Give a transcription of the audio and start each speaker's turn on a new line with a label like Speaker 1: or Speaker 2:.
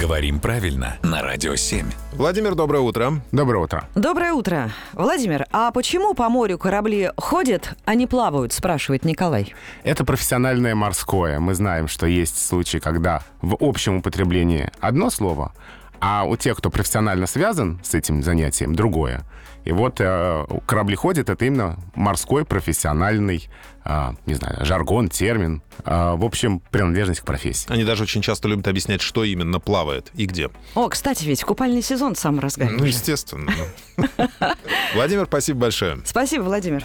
Speaker 1: Говорим правильно на Радио 7.
Speaker 2: Владимир, доброе утро.
Speaker 3: Доброе утро.
Speaker 4: Доброе утро. Владимир, а почему по морю корабли ходят, а не плавают, спрашивает Николай.
Speaker 3: Это профессиональное морское. Мы знаем, что есть случаи, когда в общем употреблении одно слово, а у тех, кто профессионально связан с этим занятием, другое. И вот э, корабли ходят, это именно морской профессиональный, э, не знаю, жаргон, термин. Э, в общем, принадлежность к профессии.
Speaker 2: Они даже очень часто любят объяснять, что именно плавает и где.
Speaker 4: О, кстати, ведь купальный сезон сам разгар.
Speaker 2: Ну, естественно. Владимир, спасибо большое.
Speaker 4: Спасибо, Владимир.